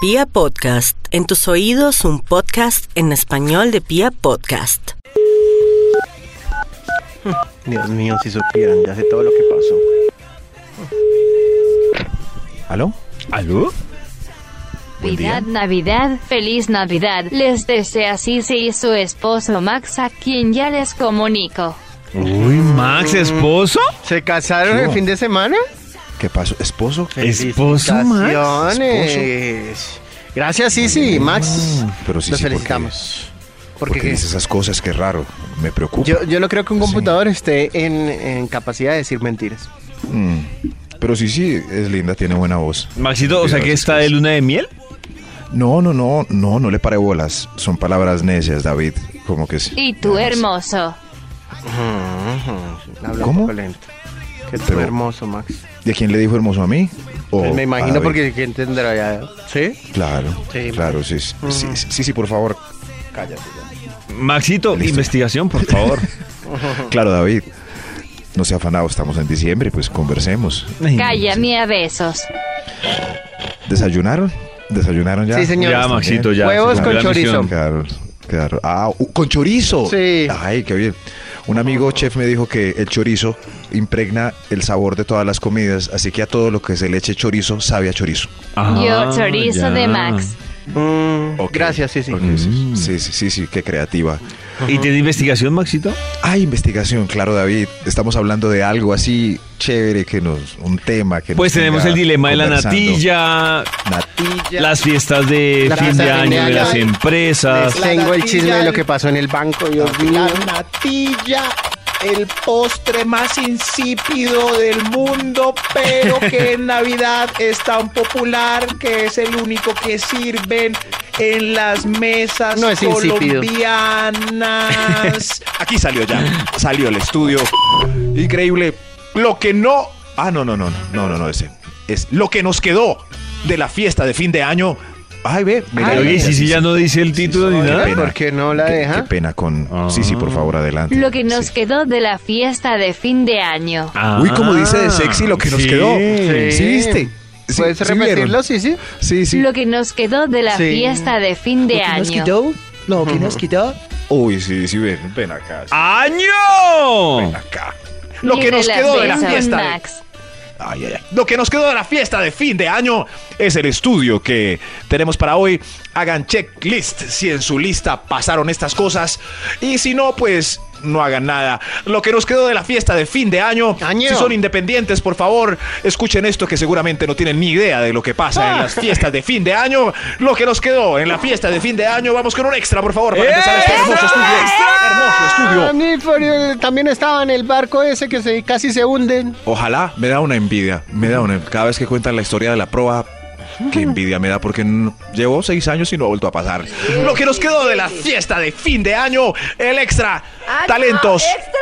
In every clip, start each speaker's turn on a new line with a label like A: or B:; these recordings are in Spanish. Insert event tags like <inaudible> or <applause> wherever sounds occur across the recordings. A: Pia Podcast, en tus oídos un podcast en español de Pia Podcast.
B: Dios mío, si supieran, ya sé todo lo que pasó. ¿Aló?
C: ¿Aló?
B: Buen día.
D: Navidad, Navidad, feliz Navidad. Les desea Sisi y su esposo Max, a quien ya les comunico.
C: Uy, Max, esposo.
E: ¿Se casaron
B: ¿Qué
E: el
B: hubo?
E: fin de semana?
B: ¿Qué pasó? ¿Esposo?
C: Esposo, Max.
E: Felicitaciones. Gracias, Sisi y Max.
F: Pero sí,
E: Los
F: sí, porque-
E: felicitamos.
F: Porque
E: Porque, qué?
F: dice esas cosas que es raro. Me preocupa.
E: yo, yo no creo que un computador esté en, en capacidad de decir mentiras.
F: Mm. Pero sí, sí, es linda, tiene buena voz.
C: Maxito, o sea que está de luna de miel.
F: No, no, no, no, no le pare bolas. Son palabras necias, David. Como que sí.
D: Y tú, hermoso.
E: Habla
F: ¿Cómo?
E: un poco lento. Que tú
F: Pero- Oh,
E: hermoso, Max.
F: ¿De quién le dijo hermoso a mí? ¿O
E: Pues me
F: a
E: imagino
F: David?
E: porque quién tendrá ya. ¿Sí?
F: Claro,
E: Sí.
F: claro, sí sí, sí, sí, sí, por favor.
C: Maxito,
F: Listo.
C: investigación, por
F: <laughs>
C: favor.
F: Claro, David. No sea afanado, estamos en diciembre, pues conversemos.
C: Ay,
D: Cállame a besos.
F: ¿Desayunaron? ¿Desayunaron ya?
E: Sí, señor.
C: Ya, Maxito, ya.
E: Huevos
C: se
E: con
C: cumplió la
E: chorizo.
C: misión.
F: Claro, claro. Ah, uh, con chorizo.
E: Sí.
F: Ay, qué bien. Un amigo chef me dijo que el chorizo impregna el sabor de todas las comidas, así que a todo lo que se le eche chorizo sabe a chorizo.
C: Ah,
D: Yo, chorizo
C: ya.
D: de Max.
E: Mm,
F: Ok.
E: Gracias, Sisi.
F: Ok, sí, Mm. sí, sí, sí, sí, qué creativa.
C: ¿Y tiene investigación, Maxito?
F: Ah, investigación, claro, David. Estamos hablando de algo así chévere que nos, un tema que. nos
C: Pues tenemos
F: tenga
C: el dilema de la
F: conversando.
C: natilla,
F: Nat-
C: las fiestas de
E: Las
C: fin
E: fiestas de fin
C: de
E: de
C: año de
E: año.
C: las empresas.
E: Les tengo el chisme de lo que pasó en el banco, Dios mío.
G: La natilla, el postre más insípido del mundo, pero
E: <laughs>
G: que en Navidad es tan popular que es el único que sirven en las mesas
E: No es insípido.
H: <laughs>
G: colombianas.
F: Aquí salió ya. Salió el estudio. Increíble. Lo que no. Ah, no, no, no, no, no, no, no, ese. Es lo que nos quedó de la fiesta de fin de año. Ay, ve. mira,
C: Pero,
E: Ay,
C: Oye,
F: mira,
C: ¿y si, si ya no dice el título ni
F: Qué
C: nada.
F: pena.
E: ¿Por qué no la
F: Qué-
E: deja?
F: Qué pena con.
C: Ah.
F: Sí, sí, por favor, adelante.
D: Lo que nos
F: Sí.
D: quedó de la fiesta de fin de año.
C: Ah,
F: Uy, como dice de sexy lo que nos quedó.
C: Sí.
F: ¿Sí viste? Sí,
E: ¿Puedes
F: sí vieron.
E: repetirlo, Sisi?
F: Sí, sí.
D: Lo que nos quedó de la
E: Sí.
D: fiesta de fin de año.
G: lo que nos quitó.
F: Uy, sí, sí, ven, ven acá.
C: Ah.
F: sí,
C: ¡Año!
F: ven acá.
D: Lo
G: que nos quedó de la fiesta de-
D: Max.
F: Ay, ay, ay. Lo que nos quedó de la fiesta de fin de año es el estudio que tenemos para hoy. Hagan checklist si en su lista pasaron estas cosas. Y si no, pues no hagan nada. Lo que nos quedó de la fiesta de fin de año.
E: Año.
F: Si son independientes, por favor, escuchen esto que seguramente no tienen ni idea de lo que pasa en las fiestas de fin de año. Lo que nos quedó en la fiesta de fin de año. Vamos con un extra, por favor, para empezar este hermoso estudio. Hermoso
E: A
F: estudio.
E: mí, por el- también estaba en el barco ese que se, casi se hunden.
F: Ojalá, me da una envidia, me da una cada vez que cuentan la historia de la proa, qué envidia me da porque n- llevo seis años y no ha vuelto a pasar.
G: Lo que nos quedó de la fiesta de fin de año, el extra. Talentos.
D: Ah, eh. este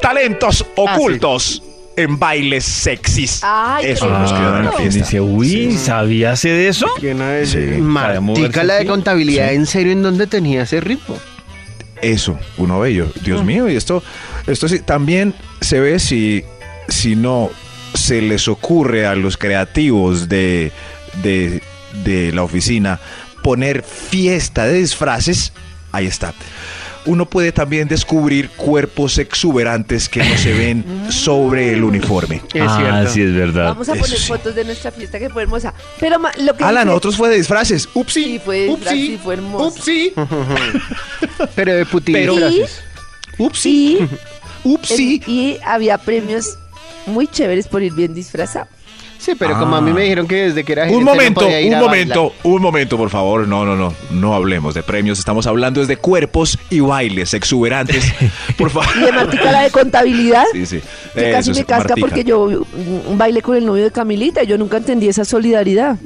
F: Talentos ocultos en bailes sexys. Eso nos quedó en la fiesta.
C: Ah, Dice, uy, ¿sabías de eso?
E: Que una vez
F: Sí.
C: Para moverse,
E: Martica la de
C: sí.
E: contabilidad, ¿en serio en dónde tenía ese ritmo?
F: Eso, uno bello.
I: Ah.
F: Dios mío, y esto, esto sí, también se ve si, si no se les ocurre a los creativos de, de, de la oficina poner fiesta de disfraces, ahí está. Uno puede también descubrir cuerpos exuberantes que no se
I: <laughs>
F: ven sobre el uniforme.
E: Es
C: ah,
E: cierto.
C: sí, es verdad.
I: Vamos a
F: Eso
I: poner
F: sí.
I: fotos de nuestra fiesta que fue hermosa. Pero ma- lo que
F: Alan,
I: dice-
F: nosotros fue de disfraces. Upsi.
I: Sí, fue, sí, fue hermoso.
G: Upsi.
E: Pero de putín.
I: Pero-
E: disfraces.
I: Y,
F: Upsi.
I: y había premios muy chéveres por ir bien disfrazado.
E: Sí, pero
C: Ah.
E: como a mí me dijeron que desde que era
F: Un
I: Eh,
E: gerente no
F: momento,
E: podía ir
F: un
E: a
F: momento, un momento, por favor. No, no, no. No hablemos de premios. Estamos hablando es de cuerpos y
C: <laughs>
F: bailes exuberantes. Por favor.
I: Y de Martica la de contabilidad.
F: Sí, sí.
I: Que
F: Eso
I: casi me
F: es,
I: casca
F: Martica.
I: porque yo mm, bailé con el novio de Camilita y yo nunca entendí esa solidaridad.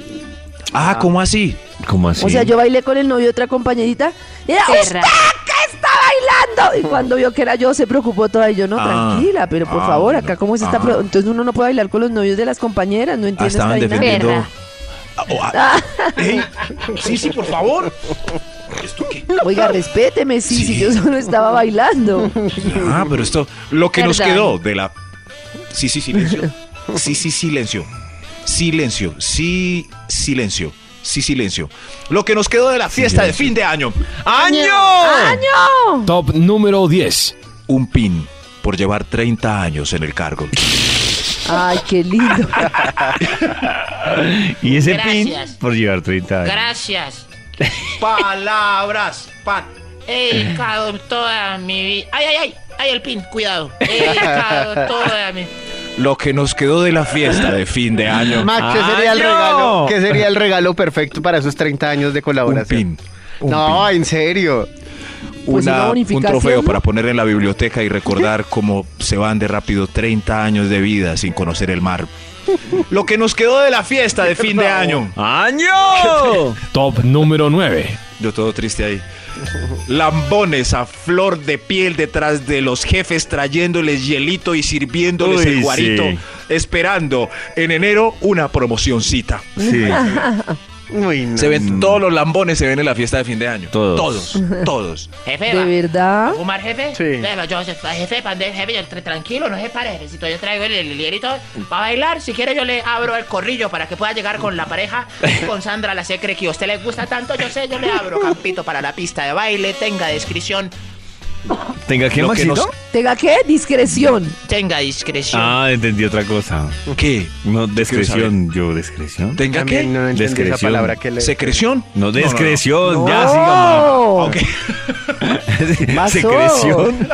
F: Ah, ¿cómo así?
C: ¿Cómo así?
I: O sea, yo bailé con el novio de otra compañerita y era,
D: Perra.
I: ¡Usted qué está bailando! Y cuando vio que era yo, se preocupó toda y yo, no,
F: Ah.
I: tranquila, pero por
F: Ah,
I: favor,
F: bueno.
I: acá cómo se está...
F: Ah.
I: pro- Entonces uno no puede bailar con los novios de las compañeras, no
F: Ah,
I: entiendo esta
F: estaban
I: dinámica.
F: defendiendo.
D: Perra.
F: Ah, oh, ah. Ey, sí, sí, por
I: <laughs>
F: favor. ¿Esto qué?
I: Oiga, respéteme, sí,
F: Sí.
I: si yo solo estaba bailando.
F: Ah, pero esto. Lo que nos
D: Perdón.
F: quedó de la. Sí, sí, silencio. Sí, sí, silencio. Silencio. Sí, silencio. sí silencio. Lo que nos quedó de la fiesta de fin de año.
C: ¡Año!
I: ¡Año!
J: Top número 10.
F: Un pin por llevar 30 años en el cargo.
I: Ay, qué lindo.
C: Y ese
H: Gracias.
C: pin por llevar 30 años.
H: Gracias.
G: Palabras, pan.
H: He dedicado toda mi vida. ¡Ay, ay, ay! ¡Ay, el pin! Cuidado. He dedicado toda mi
F: Lo que nos quedó de la fiesta de fin de año.
E: Max, ¿qué sería, el
C: ¡Año!
E: regalo, ¿qué sería el regalo perfecto para esos 30 años de
F: Un
E: colaboración?
F: pin. un
E: no, en serio.
I: Pues una
F: una- un
I: bonificación,
F: trofeo
I: ¿no?
F: para poner en la biblioteca y recordar cómo se van de rápido 30 años de vida sin conocer el mar. Lo que nos quedó de la fiesta de
I: <laughs>
F: fin de año.
H: <laughs>
C: ¡Año!
J: Top número 9.
F: Yo todo triste ahí. Lambones a flor de piel detrás de los jefes trayéndoles hielito y sirviéndoles
C: Uy,
F: el guarito,
C: sí.
F: esperando en enero una promocioncita.
C: Sí.
E: Uy, no.
F: Se ven todos los lambones se ven en la fiesta de fin de año.
C: Mm. Todos. <laughs>
F: todos. todos.
H: jefe.
I: De
H: va.
I: verdad.
H: ¿A ¿Fumar, jefe?
E: Sí.
H: Bueno, yo, jefe, pan de jefe, yo tra- tranquilo, no se pare, jefecito. Yo traigo el el hierito para bailar. Si quiere, yo le abro el corrillo para que pueda llegar con la pareja, con Sandra, la secre que a usted le gusta tanto. Yo sé, yo le abro campito para la pista de baile. Tenga descripción,
C: ¿Tenga que
F: Lo que
C: Maxito?
F: nos-
I: Tenga qué? Discreción.
H: tenga discreción.
C: Ah, entendí otra cosa.
F: ¿Qué?
C: No,
F: saber.
C: discreción. Yo, discreción.
F: ¿Tenga qué?
E: También no entendí esa
C: Discreción.
E: palabra que le...
F: ¿Secreción?
C: No,
F: no.
C: discreción. Ya, sigamos.
F: Ah.
C: <laughs>
F: <laughs>
I: ¡No! Pasó.
C: Secreción.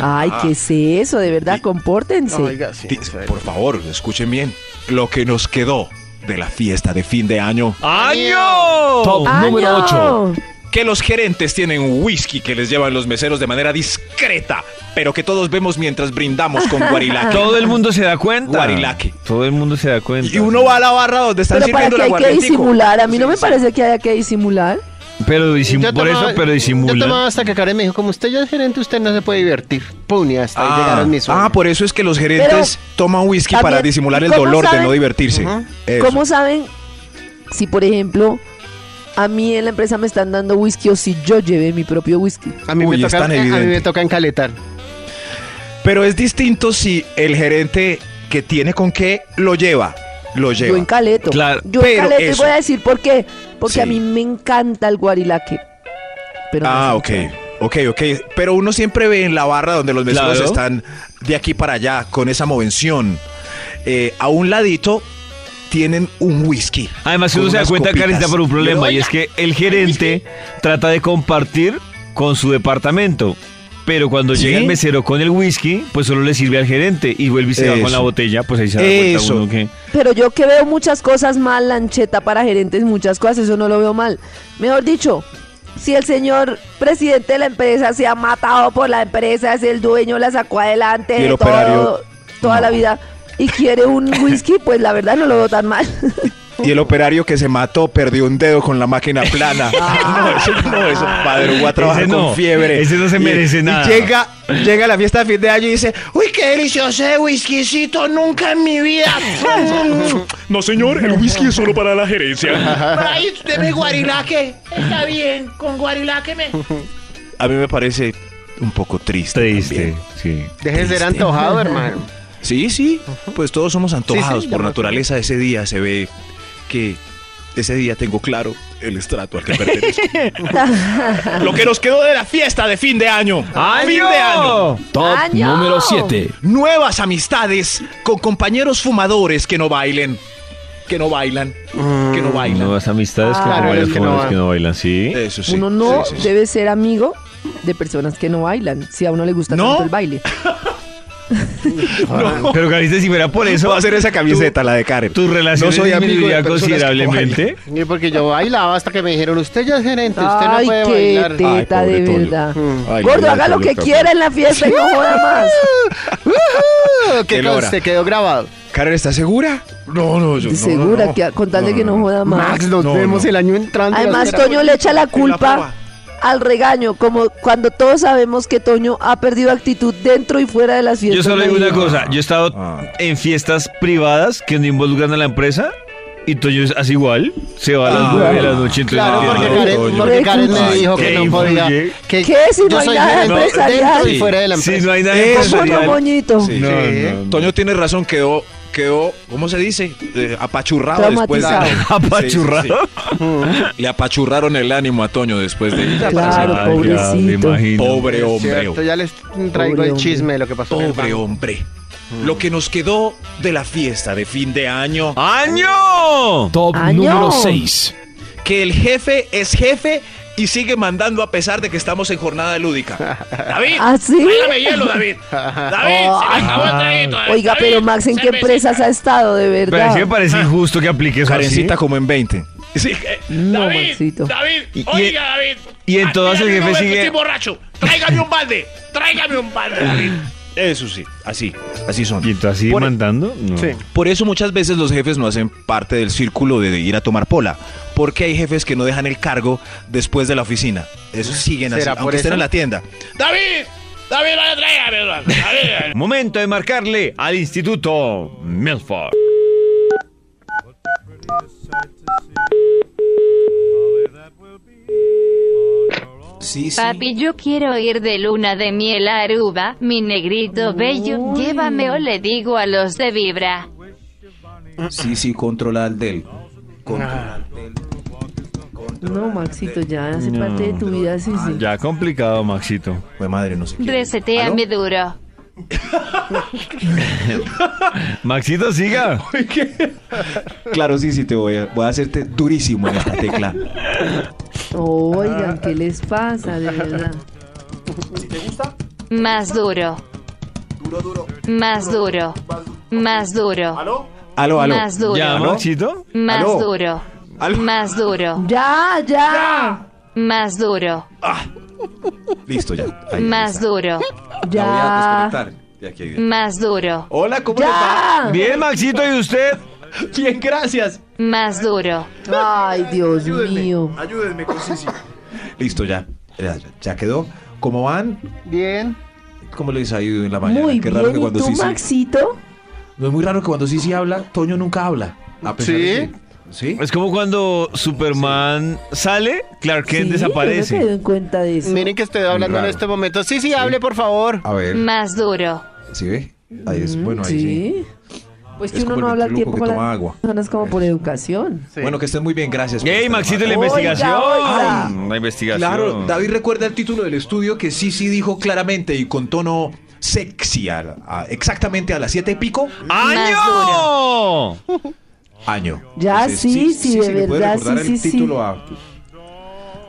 I: Ay, ¿qué es eso? De verdad, compórtense.
E: Oiga, sí,
F: Ti-
E: en serio.
F: Por favor, escuchen bien. Lo que nos quedó de la fiesta de fin de año.
C: ¡Año!
J: Top
I: Ah,
J: número 8.
I: ¡Año!
F: Que los gerentes tienen un whisky que les llevan los meseros de manera discreta, pero que todos vemos mientras brindamos
C: <laughs>
F: con
C: <laughs>
F: guarilaque.
C: Todo el mundo se da cuenta.
F: Guarilaque.
C: Todo el mundo se da cuenta.
F: y uno va a la barra donde están
I: Pero para
F: sirviendo
I: que
F: la
I: hay que
F: guardiatico.
I: disimular. A mí no me parece que haya que disimular.
C: Pero disim-
E: Yo
C: por
E: tomaba-
C: eso, pero
E: Yo
C: disimula.
E: tomaba hasta que Karen me dijo, como usted ya es gerente, usted no se puede divertir. Pum, y hasta ahí
F: Ah,
E: llegaron mis sueños.
F: ah, por eso es que los gerentes toman whisky para
I: también,
F: disimular el
I: ¿cómo
F: dolor de
I: saben?
F: no divertirse.
E: Ujú.
F: Eso.
I: ¿Cómo saben si, por ejemplo, a mí en la empresa me están dando whisky o si yo llevé mi propio whisky?
E: A mí,
F: Uy,
E: me
F: es
E: toca,
F: tan
E: a mí
F: evidente.
E: me toca encaletar.
F: Pero es distinto si el gerente que tiene con qué lo lleva. Lo
I: Yo
F: lleva.
I: encaleto.
F: Claro,
I: yo
F: pero
I: encaleto
F: eso-
I: y voy a decir por qué. Porque
F: Sí.
I: a mí me encanta el guarilaque. Pero no
F: Ah,
I: sé.
F: ok. Ok, ok. Pero uno siempre ve en la barra donde los meseros
C: Claro.
F: están de aquí para allá con esa movención. Eh, a un ladito tienen un whisky.
C: Además,
F: con
C: uno se da
F: unas
C: cuenta,
F: copitas.
C: Carita, por un problema, y es que el gerente trata de compartir con su departamento. Pero cuando
F: ¿Sí?
C: llega el mesero con el whisky, pues solo le sirve al gerente y vuelve y se va
F: Eso.
C: con la botella, pues ahí se da cuenta
F: Eso.
C: uno que.
I: Pero yo que veo muchas cosas mal, lancheta para gerentes, muchas cosas, eso no lo veo mal. Mejor dicho, si el señor presidente de la empresa se ha matado por la empresa, es el dueño, la sacó adelante
F: Y el
I: de todo-
F: operario,
I: toda la vida y quiere un whisky, pues la verdad no lo veo tan mal.
F: Y el operario que se mató perdió un dedo con la máquina
C: <laughs>
F: plana. no, eso no, eso. Padre, voy a trabajar
C: Ah, Ese
F: con
C: no,
F: fiebre.
C: ese no se
F: Y-
C: merece
F: y
C: nada.
F: llega, llega a la fiesta de fin de año y dice,
G: Uy, qué delicioso ese whiskycito, nunca en mi
C: <laughs>
G: vida.
F: no señor, el whisky es solo para la gerencia.
G: Por ahí usted me guarilaque.
H: Está bien, con guarilaque me.
F: A mí me parece un poco triste.
C: Triste,
F: también.
C: sí.
E: Deje de ser
F: Triste.
E: antojado, <laughs> hermano.
F: Sí, sí, pues todos somos antojados
E: Sí, sí,
F: por
E: ya me
F: naturaleza. Ese día se ve que ese día tengo claro el estrato al que pertenezco.
I: <laughs>
F: Lo que nos quedó de la fiesta de fin de año. Fin de año.
C: ¡Año!
J: Top
I: ¡Año!
J: número 7.
F: Nuevas amistades con compañeros fumadores que no bailen. Que no bailan. Que
I: Mm,
F: no bailan.
C: Nuevas amistades
I: Ah,
C: con
I: claro,
C: varios
E: es que no
C: jóvenes
E: van.
C: que no bailan, sí.
F: Eso sí.
I: uno no
F: sí, sí, sí.
I: debe ser amigo de personas que no bailan, si a uno le gusta
F: ¿No?
I: tanto el baile.
C: Pero Carita, si fuera por eso,
F: Voy a hacer esa camiseta, la de Karen.
C: tu relación
F: No soy amigo de
C: disminuiría
F: personas que no
C: considerablemente.
E: Y porque yo bailaba hasta que me dijeron, usted ya es gerente, usted no
I: Ay,
E: puede
I: qué
E: bailar. Ah,
I: teta,
F: pobre
I: de
F: Toño.
I: verdad.
F: Ay,
I: Gordo,
F: mira,
I: haga lo
F: Toño,
I: que
F: capaz. <laughs>
I: quiera en la fiesta y no joda más.
E: ¡Uh!
F: Qué
E: ¿Qué
F: lora.
E: cosa? Se quedó grabado.
F: Karen, ¿estás segura? No, no, yo
I: Segura que con tal de que no joda más.
E: Max, nos
F: No,
E: vemos
F: no.
E: el año entrante.
I: Además, Toño le echa la culpa al regaño, como cuando todos sabemos que Toño ha perdido actitud dentro y fuera de las
C: Yo
I: fiestas.
C: solo digo una
I: navideñas.
C: cosa, yo he estado
F: Ah.
C: en fiestas privadas que no involucran a la empresa y Toño hace igual, se va a las
F: Ah,
C: nueve de la noche. entonces
E: Claro,
C: no
E: porque
C: tiene-
E: Karen,
F: Toño.
E: porque Karen me
F: Ay,
E: dijo
C: ¿qué
E: que no
C: influye?
E: podía. Que
I: ¿Qué? Si no
E: yo
I: hay
E: soy
I: nada
E: gerente
I: empresarial.
E: dentro y fuera de la
C: Si
E: empresa.
C: no hay nada
F: Eso
I: Eso no,
C: empresarial.
I: moñito.
F: Sí.
C: No,
E: Sí.
C: no, no.
F: Toño tiene razón, quedó quedó, ¿cómo se dice? Eh, apachurrado después de...
I: Traumatizado.
C: Apachurrado.
F: Sí,
E: <laughs>
F: sí, sí. Le apachurraron el ánimo a Toño después de ella.
I: Claro,
C: Ay, ya, me
I: pobrecito.
C: imagino.
F: Pobre
E: Es
F: hombre.
E: cierto, ya les traigo
I: Pobre
E: el
I: hombre.
E: chisme de lo que pasó. en el
F: Pobre
E: banco.
F: hombre. Lo que nos quedó de la fiesta de fin de año,
C: ¡Año! Ah,
J: Top
E: Ah.
I: Año.
J: número 6.
F: que el jefe es jefe y sigue mandando a pesar de que estamos en jornada
I: <laughs>
F: lúdica.
H: David,
I: ¿Ah, sí?
H: tráigame
C: <laughs>
H: hielo, David. David, se me acabó el traguito. David,
I: Oiga, pero Max, ¿en qué
H: cervecita.
I: empresas ha estado de
C: Pero
I: verdad?
C: así me parece injusto que aplique eso así.
F: Ah, Karencita como en 20.
H: Sí, eh,
I: No,
H: David,
I: Maxito.
H: David,
C: Y- y-
H: oiga, David.
C: y entonces el
H: Mira, yo
C: jefe
H: no veo que
C: sigue-
H: Estoy borracho. Tráigame un balde. Tráigame un balde, David.
F: Eso sí, así, así son.
C: ¿Y entonces sigue
F: Por-
C: mandando? No.
E: Sí.
F: Por eso muchas veces los jefes no hacen parte del círculo de ir a tomar pola, porque hay jefes que no dejan el cargo después de la oficina. Eso siguen así,
E: ¿Será por
F: aunque estén
E: eso?
F: en la tienda.
H: David, David, vale, tráigame. David.
C: Momento de marcarle al Instituto Milford.
F: Sí,
D: Papi, yo quiero ir de luna de miel a Aruba, mi negrito bello, llévame o le digo a los de Vibra.
F: sí, sí, controla al del.
H: Ah.
I: No, Maxito, ya hace parte de tu vida, sí, sí.
C: Ya complicado, Maxito.
F: madre, no sé qué.
D: Reseteame duro.
C: Maxito, siga.
F: Claro, sí, sí, te voy a, voy a hacerte durísimo en esta tecla.
I: Oigan, ¿qué les pasa, de verdad?
D: Más duro. Más duro. Más duro.
F: Aló, aló.
D: Más duro.
C: Ya,
F: ¿Aló?
C: Maxito.
D: Más
F: ¿Aló?
D: duro.
F: ¿Aló?
D: Más duro.
I: <laughs> ¡Ya, ya!
D: Más duro.
F: Listo, ya. Ahí
D: Más
F: está.
D: duro.
F: La voy a
I: ¡Ya!
F: desconectar de aquí.
D: Más duro.
F: Hola, ¿cómo le va?
I: ¡Ya!
C: Bien, Maxito, ¿y usted?
E: Bien, gracias.
D: Más duro.
I: ¡Ay, Dios mío!
F: Ayúdenme con Sisi. Listo, ya. ya. ya quedó. ¿Cómo van?
E: Bien.
F: ¿Cómo les ha ido en la mañana?
I: Muy
F: Qué raro
I: bien,
F: que
I: ¿y
F: cuando
I: tú,
F: Sisi.
I: Maxito?
F: No es muy raro que cuando Sisi habla, Toño nunca habla. A pesar
E: ¿Sí?
F: de que- ¿Sí? Pues,
C: Es como cuando Superman sale, Clark Kent
I: Sí, Yo no me
C: desaparece.
I: doy en cuenta de eso.
E: Miren que estoy hablando
F: Raro. Ah,
E: en este momento. Sí, sí, hable, por favor.
F: A ver,
D: Más duro.
F: ¿sí ve? Ahí es, bueno, ahí sí.
I: Sí. Pues que
F: Es
I: uno
F: como
I: no
F: el
I: habla a
F: ventríloco
I: tiempo
F: que
I: con
F: toma
I: las
F: agua.
I: personas como por educación.
E: Sí.
F: Bueno, que estén muy bien, gracias. por
C: ¡Ey,
F: estar
C: Maxito, y la
F: acá.
I: Oiga,
C: investigación!
I: oiga.
C: La investigación.
F: Claro, David recuerda el título del estudio que sí, sí dijo claramente y con tono sexy, a- a- exactamente a las siete y pico
C: ¡Año!
F: año.
I: Ya, sí, sí, de
F: le puede
I: verdad,
F: recordar
I: sí,
F: el
I: sí, sí.
F: título a,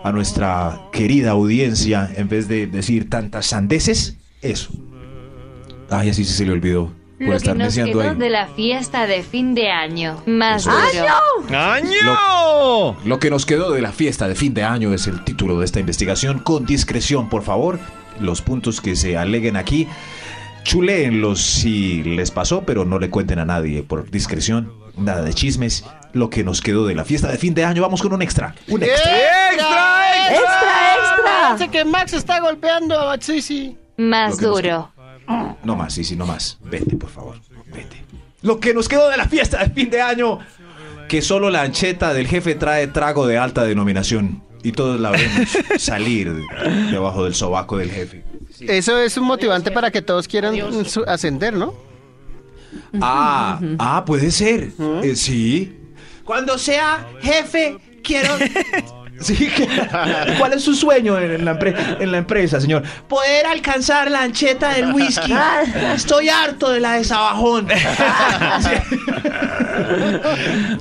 F: a nuestra querida audiencia en vez de decir tantas sandeces, eso. Ay, así sí se le olvidó por
D: Lo que
F: estar
D: nos
F: meseando
D: quedó
F: ahí.
D: de la fiesta de fin de año. Más
F: Eso
D: duro.
C: ¡Año!
F: Lo que nos quedó de la fiesta de fin de año es el título de esta investigación. Con discreción, por favor. Los puntos que se aleguen aquí, chuleenlos si les pasó, pero no le cuenten a nadie por discreción. Nada de chismes. Lo que nos quedó de la fiesta de fin de año. Vamos con un extra. Un extra.
C: ¡Extra,
I: ¡Extra, extra!
E: Parece que Max está golpeando a Sisi.
D: Más
F: Lo que nos
D: duro.
F: No más, sí, sí, no más. Vete, por favor. Vete. Lo que nos quedó de la fiesta de fin de año. Que solo la ancheta del jefe trae trago de alta denominación. Y todos la <laughs> vemos salir de- debajo del sobaco del jefe.
E: Eso es un motivante para que todos quieran su- ascender, ¿no?
F: Ah, ah, puede ser. Eh, sí. Cuando sea jefe, quiero. <laughs> Sí, que- <laughs> ¿Cuál es su sueño en la, empre- en la empresa, señor? Poder alcanzar la ancheta
C: <laughs>
F: del whisky. Estoy harto de la de Sabajón. <laughs> Sí.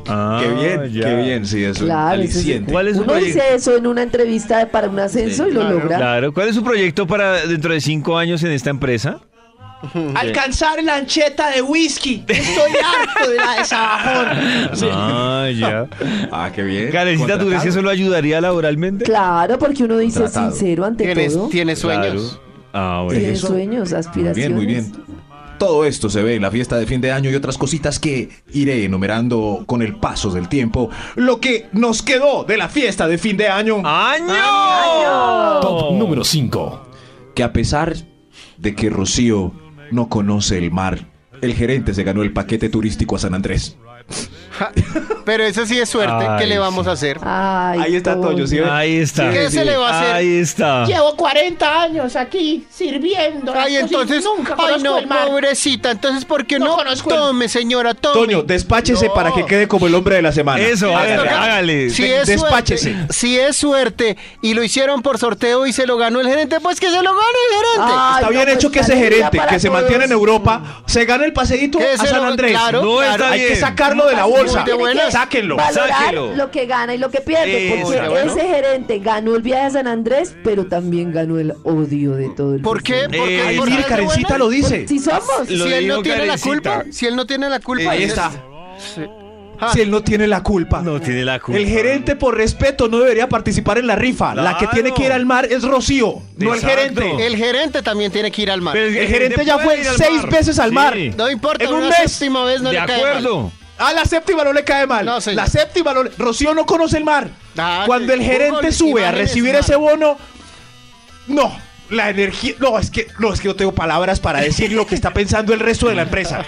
C: Ah,
F: qué bien, qué bien, sí, eso.
I: Claro, eso sí.
F: aliciente.
C: ¿Cuál es su
I: Uno
C: proyecto?
I: dice eso en una entrevista de- para un ascenso y lo logra.
C: Claro, ¿cuál es su proyecto para dentro de cinco años en esta empresa?
G: Alcanzar la ancheta de whisky. Estoy harto de la de
F: <laughs>
G: Sabajón.
C: Ah,
E: <laughs>
C: ya.
F: Ah, qué bien.
C: Karencita, ¿tú crees que eso lo ayudaría laboralmente?
I: Claro, porque uno dice
F: Contratado. Pues
I: sincero ante
E: Tienes,
I: todo.
E: tiene sueños.
C: Claro. Ah, bueno.
I: Tiene
F: eso?
I: sueños,
F: Muy
I: aspiraciones.
F: bien, muy bien. Todo esto se ve en la fiesta de fin de año y otras cositas que iré enumerando con el paso del tiempo. Lo que nos quedó de la fiesta de fin de año.
E: Ah.
C: ¡Año!
J: Top número 5.
F: Que a pesar de que Rocío no conoce el mar, el gerente se ganó el paquete turístico a San Andrés.
E: Ja, Pero eso sí es suerte. ¿Qué
C: Ay,
E: le vamos
C: sí.
E: a hacer?
H: Ah,
I: Ay,
F: Ahí está Toño, ¿sí?
C: Ahí está.
E: ¿Qué se le va a hacer?
C: Ahí está.
H: Llevo 40 años aquí sirviendo.
E: Ay,
H: Esto sí,
E: entonces.
H: nunca
E: ay,
H: conozco
E: no,
H: el mar.
E: pobrecita. Entonces, ¿por qué
H: No
E: no?
H: conozco el-
E: tome, señora, tome.
F: Toño, despáchese
E: No.
F: para que quede como el hombre de la semana.
C: Eso, hágale,
E: toca-
C: hágale.
E: Si
F: De-
E: es,
F: despáchese.
E: suerte, si es suerte y lo hicieron por sorteo y se lo ganó el gerente, pues que se lo gane el gerente.
H: Ah,
I: Ay,
F: Está
I: no,
F: bien
I: pues,
F: hecho que ese
I: alegría
F: gerente
I: para
F: que se
I: todos.
F: mantiene en Europa se gane el paseíto
E: Que
F: a
E: se
F: San
E: lo-
F: Andrés.
E: claro,
C: No está
F: Ah, Hay que
C: bien.
F: sacarlo de la bolsa.
E: Muy de buenas.
F: Sáquenlo.
I: Valorar
C: sáquelo.
I: lo que gana y lo que pierde.
F: Eh,
C: Eso,
I: porque
C: bueno.
I: ese gerente ganó el viaje a San Andrés, pero también ganó el odio de todo el
E: ¿Por qué?
I: país.
E: ¿Por qué?
C: Eh,
E: ¿Por
F: Ahí
E: qué
F: mire,
E: es de
F: Karencita
E: buenas?
F: lo dice.
I: Si somos.
C: Lo
E: si él no
C: dijo
E: tiene
C: Karencita. Eh,
E: la culpa, si él no tiene la culpa,
F: Ahí
E: es- Ah,
F: está. Ah. Si él no tiene la culpa.
C: No tiene la culpa.
F: El gerente, por respeto, no debería participar en la rifa. La que
C: Claro.
F: tiene que ir al mar es Rocío, no el
C: Exacto.
F: gerente. Eh,
E: El gerente también tiene que ir al mar.
C: Pero
F: El gerente ya
C: puede
F: fue
C: ir al
F: seis
C: mar.
F: veces al mar.
C: Sí.
E: no importa,
F: en un
E: una
F: mes.
E: séptima vez no
C: de
E: le cae mal.
C: acuerdo.
F: A ah, la séptima no le cae mal.
E: No, señor.
F: la séptima no le... Rocío no conoce el mar.
E: Ah,
F: Cuando el
E: que-
F: gerente
E: fútbol,
F: sube a
E: imágenes,
F: recibir
E: mar.
F: ese bono, no. La energía, no, es que no, es que no tengo palabras para decir lo que está pensando el resto de la empresa.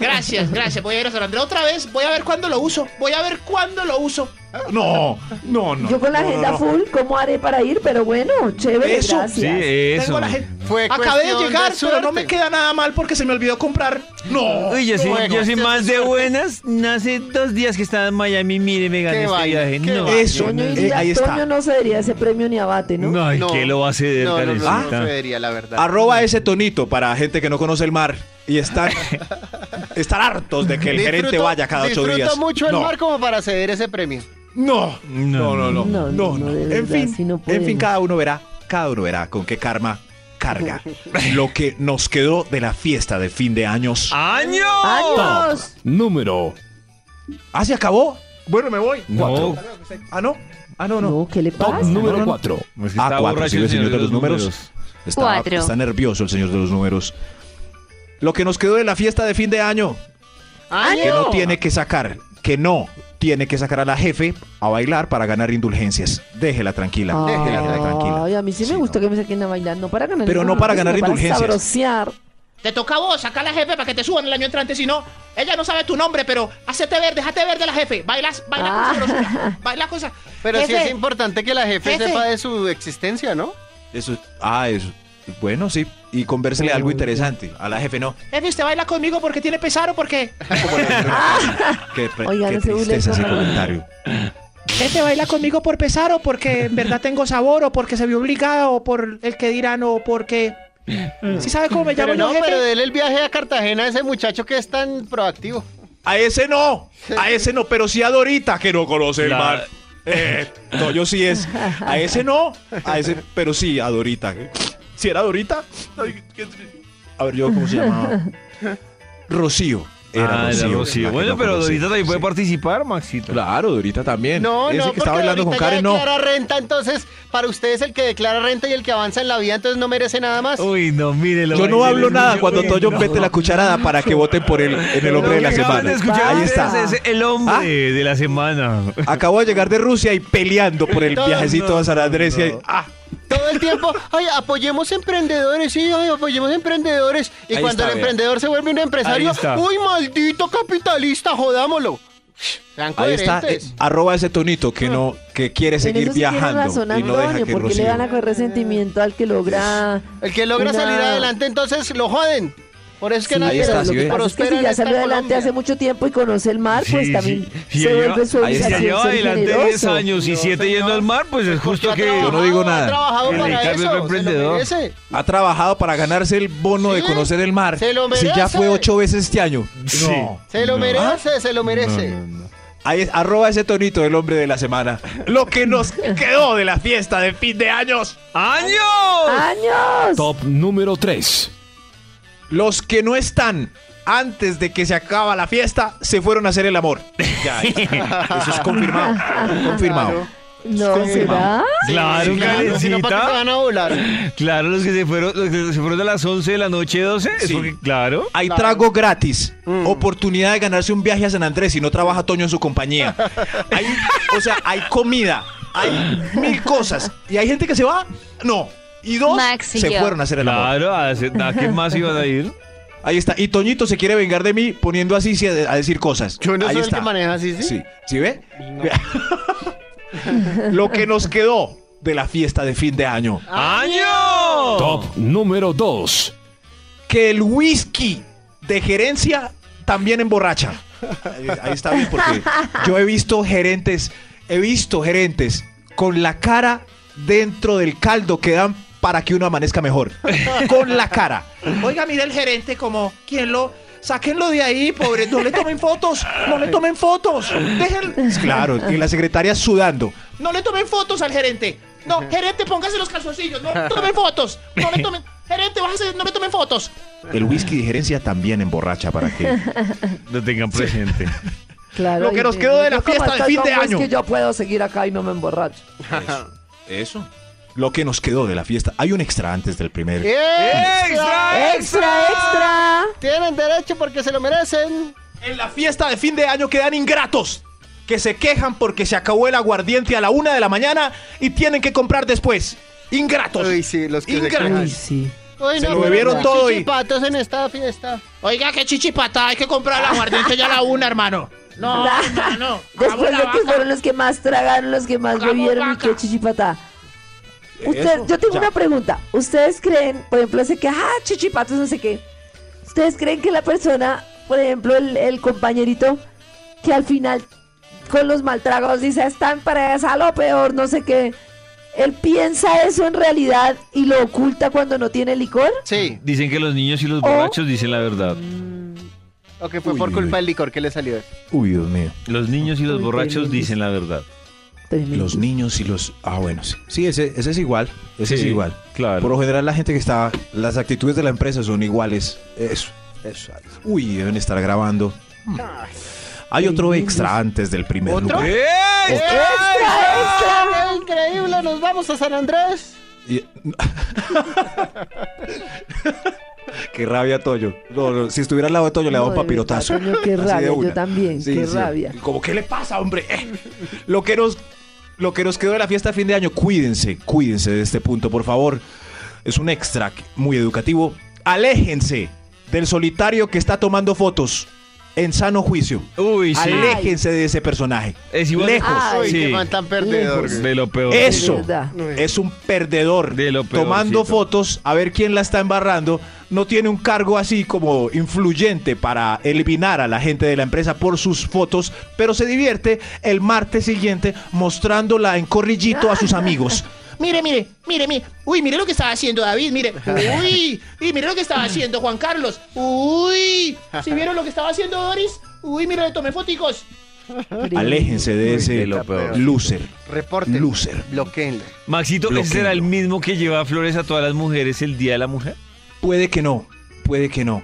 H: Gracias, gracias. Voy a ir a San Andrés otra vez. Voy a ver cuándo lo uso. Voy a ver cuándo lo uso.
F: No, no, no.
I: Yo con la
F: no, no,
I: agenda
F: no.
I: full, ¿cómo haré para ir? Pero bueno, chévere,
F: Eso,
I: gracias.
C: Sí, eso.
F: Tengo la gen-
E: Fue
F: Acabé de
E: cuestión
F: llegar,
E: de
F: pero no me
E: suerte.
F: queda nada mal porque se me olvidó comprar. No.
C: Uy, yo soy,
E: Bueno,
C: yo soy
E: este
C: más de buenas. Hace dos días que estaba en Miami. Mire, me gané
E: Qué
C: este
E: vaina,
C: viaje.
E: qué
C: No.
E: vaina.
F: Eso,
I: Toño,
F: eh, ahí está.
I: Toño no se daría ese premio ni abate, ¿no?
C: Ay,
E: No,
C: ¿qué lo va a ceder,
E: no, no, no, no,
C: Karencita?
E: no se vería, la verdad.
F: Arroba ese tonito para gente que no conoce el mar y estar, estar hartos de que el
E: Disfruto-
F: gerente vaya cada ocho
E: disfruto
F: días.
E: mucho el
F: no,
E: mar como para ceder ese premio.
F: No, no, no, no,
I: No,
F: no,
I: no,
F: no,
I: no, de
F: En
I: verdad,
F: fin,
I: sí no
F: en fin,
I: podemos.
F: cada uno verá, cada uno verá con qué karma carga lo que nos quedó de la fiesta de fin de años.
C: ¡Año!
I: ¡Años!
J: número
F: Ah, se acabó. Bueno, me voy.
C: No.
F: Cuatro. Ah, no. Ah, no,
I: No,
F: no.
I: ¿qué le pasa?
J: número 4,
C: Es que
F: Ah,
C: está
F: cuatro,
C: borracho
F: sigue el señor de los números. Está,
D: Cuatro.
F: está nervioso el señor de los números. Lo que nos quedó de la fiesta de fin de año, que no tiene que sacar, que no tiene que sacar a la jefe a bailar para ganar indulgencias. Déjela tranquila, déjela tranquila.
I: Ay, a mí sí me gusta
F: no.
I: que me saquen a bailar, no para ganar
F: Pero no
I: ningún
F: para
I: premio,
F: ganar
I: sino
F: indulgencias.
I: Para sabrosear.
H: Te toca a vos sacar a la jefe para que te suban el año entrante. Si no, ella no sabe tu nombre, pero hacete ver, déjate ver de la jefe. Bailas, baila
I: Ah.
H: con sabrosura, baila con sa-
E: Pero sí
H: Jefe,
E: es importante que la jefe,
H: Jefe.
E: sepa de su existencia, ¿no?
F: Eso, ah, eso. Bueno, sí. Y convérsele algo interesante. A la jefe no.
H: jefe, usted baila conmigo porque tiene pesar o porque.
I: <laughs>
F: Ah. Qué, pre-
I: Ah. Oiga,
F: qué
I: no se burle,
F: tristeza ese
I: por favor.
F: comentario.
H: Jefe, baila conmigo por pesar o porque en verdad tengo sabor o porque se vio obligada o por el que dirán o porque. ¿Sí sabe cómo me llamo
E: Pero
H: yo,
E: no,
H: jefe?
E: pero dele el viaje a Cartagena a ese muchacho que es tan proactivo.
F: A ese no, a ese no, pero sí a Dorita que no conoce el
C: La-
F: mar. Eh, no, yo sí es. A ese no, a ese, pero sí a Dorita. Si era Dorita. Ay, qué tri- A ver, yo cómo se llamaba. Rocío. Era
C: Ah, era
F: Rocío.
C: Rocío.
F: la que
C: Bueno,
F: no
C: pero
F: conocí.
C: ahorita también puede
F: Sí.
C: participar, Maxito.
F: Claro, Dorita también.
E: No,
F: ese
E: no,
F: que está
E: porque
F: bailando con
E: ahorita ya
F: Karen, no.
E: declara renta, entonces para ustedes el que declara renta y el que avanza en la vida, entonces no merece nada más.
C: Uy, no, mírelo.
F: Yo no
C: baile,
F: hablo
C: le-
F: nada
C: yo-
F: cuando
C: uy,
F: Toyo
C: no.
F: mete la cucharada para que voten por él en el
C: Lo
F: hombre de
C: que
F: la
C: acaban de
F: semana.
C: escuchar
F: Ahí
C: ustedes
F: está.
C: Es, el hombre
F: ¿Ah?
C: de la semana.
F: Acabo de llegar de Rusia y peleando por el viajecito a San Andrés. y ahí- ah,
E: Todo el
F: <laughs>
E: tiempo, ay, apoyemos emprendedores, sí, ay, apoyemos emprendedores. Y
F: Ahí
E: cuando
F: está,
E: el
F: vea.
E: emprendedor se vuelve un empresario,
C: Ahí está.
E: uy, maldito capitalista, jodámoslo. Sean
F: Ahí está,
E: coherentes.
F: eh, arroba ese tonito que no, que quiere
I: En
F: seguir
I: eso sí tiene
F: viajando
I: razón,
F: y no deja
I: Antonio,
F: que
I: porque
F: Rocío-
I: le van a correr resentimiento al que logra.
E: Pues, El que logra
I: una-
E: salir adelante, entonces lo joden. Por eso es que
I: Sí,
E: la
F: ahí
I: pero
F: está,
I: lo
F: sí
I: que
F: ve.
I: pasa es que si ya salió adelante hace mucho tiempo y conoce el mar, pues
C: Sí,
I: también
C: sí. Si
I: se
C: lleva-
I: vuelve su
C: ahí está.
I: obligación
C: lleva
I: ser
C: adelante
I: generoso.
C: 10 años y 7 yendo al mar, pues es justo que.
F: Yo no digo nada.
E: Ha trabajado
C: En el
E: para
C: cambio,
E: eso.
C: el
E: Se lo
C: emprendedor.
E: merece.
F: ha trabajado para ganarse el bono de
E: Sí,
F: conocer el mar.
E: se lo
F: Si ya
E: merece.
F: fue ocho veces este año.
C: Sí.
F: No.
E: Se lo merece, se lo merece.
F: Ahí es, arroba ese tonito el hombre de la semana. Lo que
I: <laughs>
F: nos quedó de la fiesta de fin de años.
C: ¡Año!
I: Ah. ¡Años!
J: top número 3,
F: Los que no están antes de que se acaba la fiesta se fueron a hacer el amor. <laughs> Ya, ahí está. Eso es confirmado. Confirmado. Ah,
I: No, ¿será?
C: Claro,
E: Sí, claro, si no, ¿para qué se
C: Karencita.
E: van a volar?
F: <laughs>
C: Claro, los que se fueron, los que se fueron a las 11 de la noche, 12. es
F: Sí.
C: porque- claro.
F: Hay trago gratis, oportunidad de ganarse un viaje a San Andrés si no trabaja Toño en su compañía. Hay- o sea, hay comida, hay mil cosas. Y hay gente que se va, no. Y dos
D: Max y
F: se
D: yo.
F: fueron a hacer el amor.
C: <laughs> Claro, ¿a, a qué más iban a ir?
F: Ahí está. Y Toñito se quiere vengar de mí poniendo así sí, a a decir cosas.
E: Yo no
F: Ahí
E: soy el
F: está.
E: que maneja así, ¿sí?
F: Sí, ¿sí ve? <laughs> Lo que nos quedó de la fiesta de fin de año.
C: ¡Año!
J: Top número 2.
F: Que el whisky de gerencia también emborracha. Ahí- Ahí está bien porque yo he visto gerentes, he visto gerentes con la cara dentro del caldo que dan para que uno amanezca mejor. Con la cara.
G: Oiga, mira el gerente como, ¿quién lo? Sáquenlo de ahí, pobre. No le tomen fotos. No le tomen fotos. Dejen,
F: Claro, y la secretaria sudando.
G: no le tomen fotos al gerente. No, gerente, póngase los calzoncillos. No tomen
F: <laughs>
G: fotos. No le tomen. Gerente, bájese, no me tomen fotos.
F: El whisky de gerencia también emborracha para que
C: Lo tengan presente.
I: Claro,
F: Lo que
I: y
F: nos
I: me-
F: quedó de la
I: yo como
F: fiesta de
I: estoy
F: fin
I: con
F: de
I: whisky,
F: año.
I: yo puedo seguir acá y no me emborracho.
F: Eso. Lo que nos quedó de la fiesta. Hay un extra antes del primer.
H: Eh,
E: ¡Extra!
I: ¡Extra, extra!
E: Tienen derecho porque se lo merecen.
F: En la fiesta de fin de año quedan ingratos. Que se quejan porque se acabó el aguardiente a la una de la mañana y tienen que comprar después. Ingratos.
E: Uy, sí, los que se
F: Ingratos.
E: quejan.
I: Uy, sí.
E: Uy,
F: Se lo
E: pero
F: bebieron
E: los
F: todo y-
E: chichipatos en esta fiesta.
H: Oiga, qué chichipata, hay que comprar la aguardiente ya a la una, hermano.
I: <laughs>
H: No, hermano.
I: Después de
H: hagamos la
I: que
H: vaca.
I: fueron los que más tragaron, los que más
H: Hagamos
I: bebieron y
H: vaca.
I: que chichipatá. Usted, yo tengo una pregunta. ¿Ustedes creen, por ejemplo, ese que, ah, chichipatos, no sé qué? ¿Ustedes creen que la persona, por ejemplo, el, el compañerito, que al final con los maltragos dice, "Ah, están para esa lo peor, no sé qué, él piensa eso en realidad y lo oculta cuando no tiene licor?
E: Sí,
C: Dicen que los niños y los
I: Oh.
C: borrachos dicen la verdad.
E: o que fue por culpa del licor que le salió.
F: Uy, Dios mío.
C: Los niños y los
I: Uy,
C: borrachos
I: tremendo.
C: dicen la verdad.
I: Tremendo.
F: Los niños y los. Ah, bueno, sí. Sí, ese, ese es igual. Ese
C: Sí,
F: es igual.
C: claro.
F: Por lo general, la gente que está. Las actitudes de la empresa son iguales. Eso. Eso. Uy, deben estar grabando. Hmm. Hay otro extra antes del primer lugar.
C: ¡Eh!
E: ¡Extra! ¡Increíble! ¡Nos vamos a San Andrés!
F: Y- <laughs> Qué rabia, Toyo. No, no, si estuviera al lado de Toyo, le daba un
I: No, de
F: papirotazo.
I: verdad, Toño, qué
F: <laughs> Así de
I: rabia, yo
F: una.
I: también, qué rabia.
F: Como, ¿qué le pasa, hombre? Eh, Lo que nos, lo que nos quedó de la fiesta de fin de año, cuídense, cuídense de este punto, por favor. Es un extra muy educativo. Aléjense del solitario que está tomando fotos en sano juicio.
C: Uy, sí.
F: Aléjense de ese personaje.
C: Es igual.
F: Lejos.
E: ¡Uy,
C: Sí.
E: qué man tan perdedor! güey.
C: De lo peor.
I: De
F: Eso
I: verdad.
F: es un perdedor.
C: De lo peorcito.
F: tomando fotos a ver quién la está embarrando. No tiene un cargo así como influyente para eliminar a la gente de la empresa por sus fotos, pero se divierte el martes siguiente mostrándola en corrillito a sus
I: <laughs>
F: amigos.
H: Mire, mire, mire, mire. Uy, mire lo que estaba haciendo David, mire. Uy, y mire lo que estaba haciendo Juan Carlos. Uy, ¿sí vieron lo que estaba haciendo Doris? Uy, mire, le tomé foticos.
F: Aléjense de ese
C: de lo peor.
F: loser.
E: Reporten.
F: Loser.
E: Bloqueenlo.
C: Maxito,
F: Bloqueo.
C: ¿ese será el mismo que lleva flores a todas las mujeres el Día de la Mujer?
F: Puede que no, puede que no.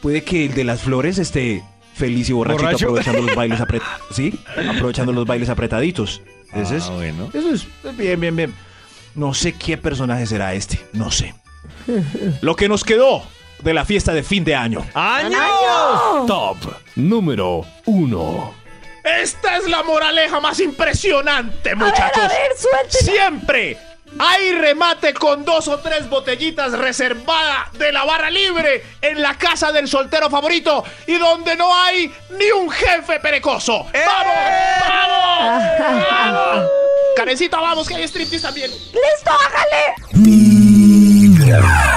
F: Puede que el de las flores esté feliz y borrachito
C: ¿Borracho?
F: aprovechando los
C: <laughs>
F: bailes apret- ¿sí? aprovechando los bailes apretaditos. Ese es-
C: Ah, bueno.
F: Eso es bien, bien, bien. No sé qué personaje será este, no sé. Lo que nos quedó de la fiesta de fin de año.
C: ¡Año!
J: Top número 1.
G: Esta es la moraleja más impresionante,
I: A ver, a
G: muchachos.
I: ver, suéltelo.
G: Siempre hay remate con dos o tres botellitas reservada de la barra libre en la casa del soltero favorito y donde no hay ni un jefe perecoso. ¡Vamos! ¡Vamos! ¡Vamos! Karencita, vamos, que hay striptease también.
I: ¡Listo, bájale!
J: Vibra.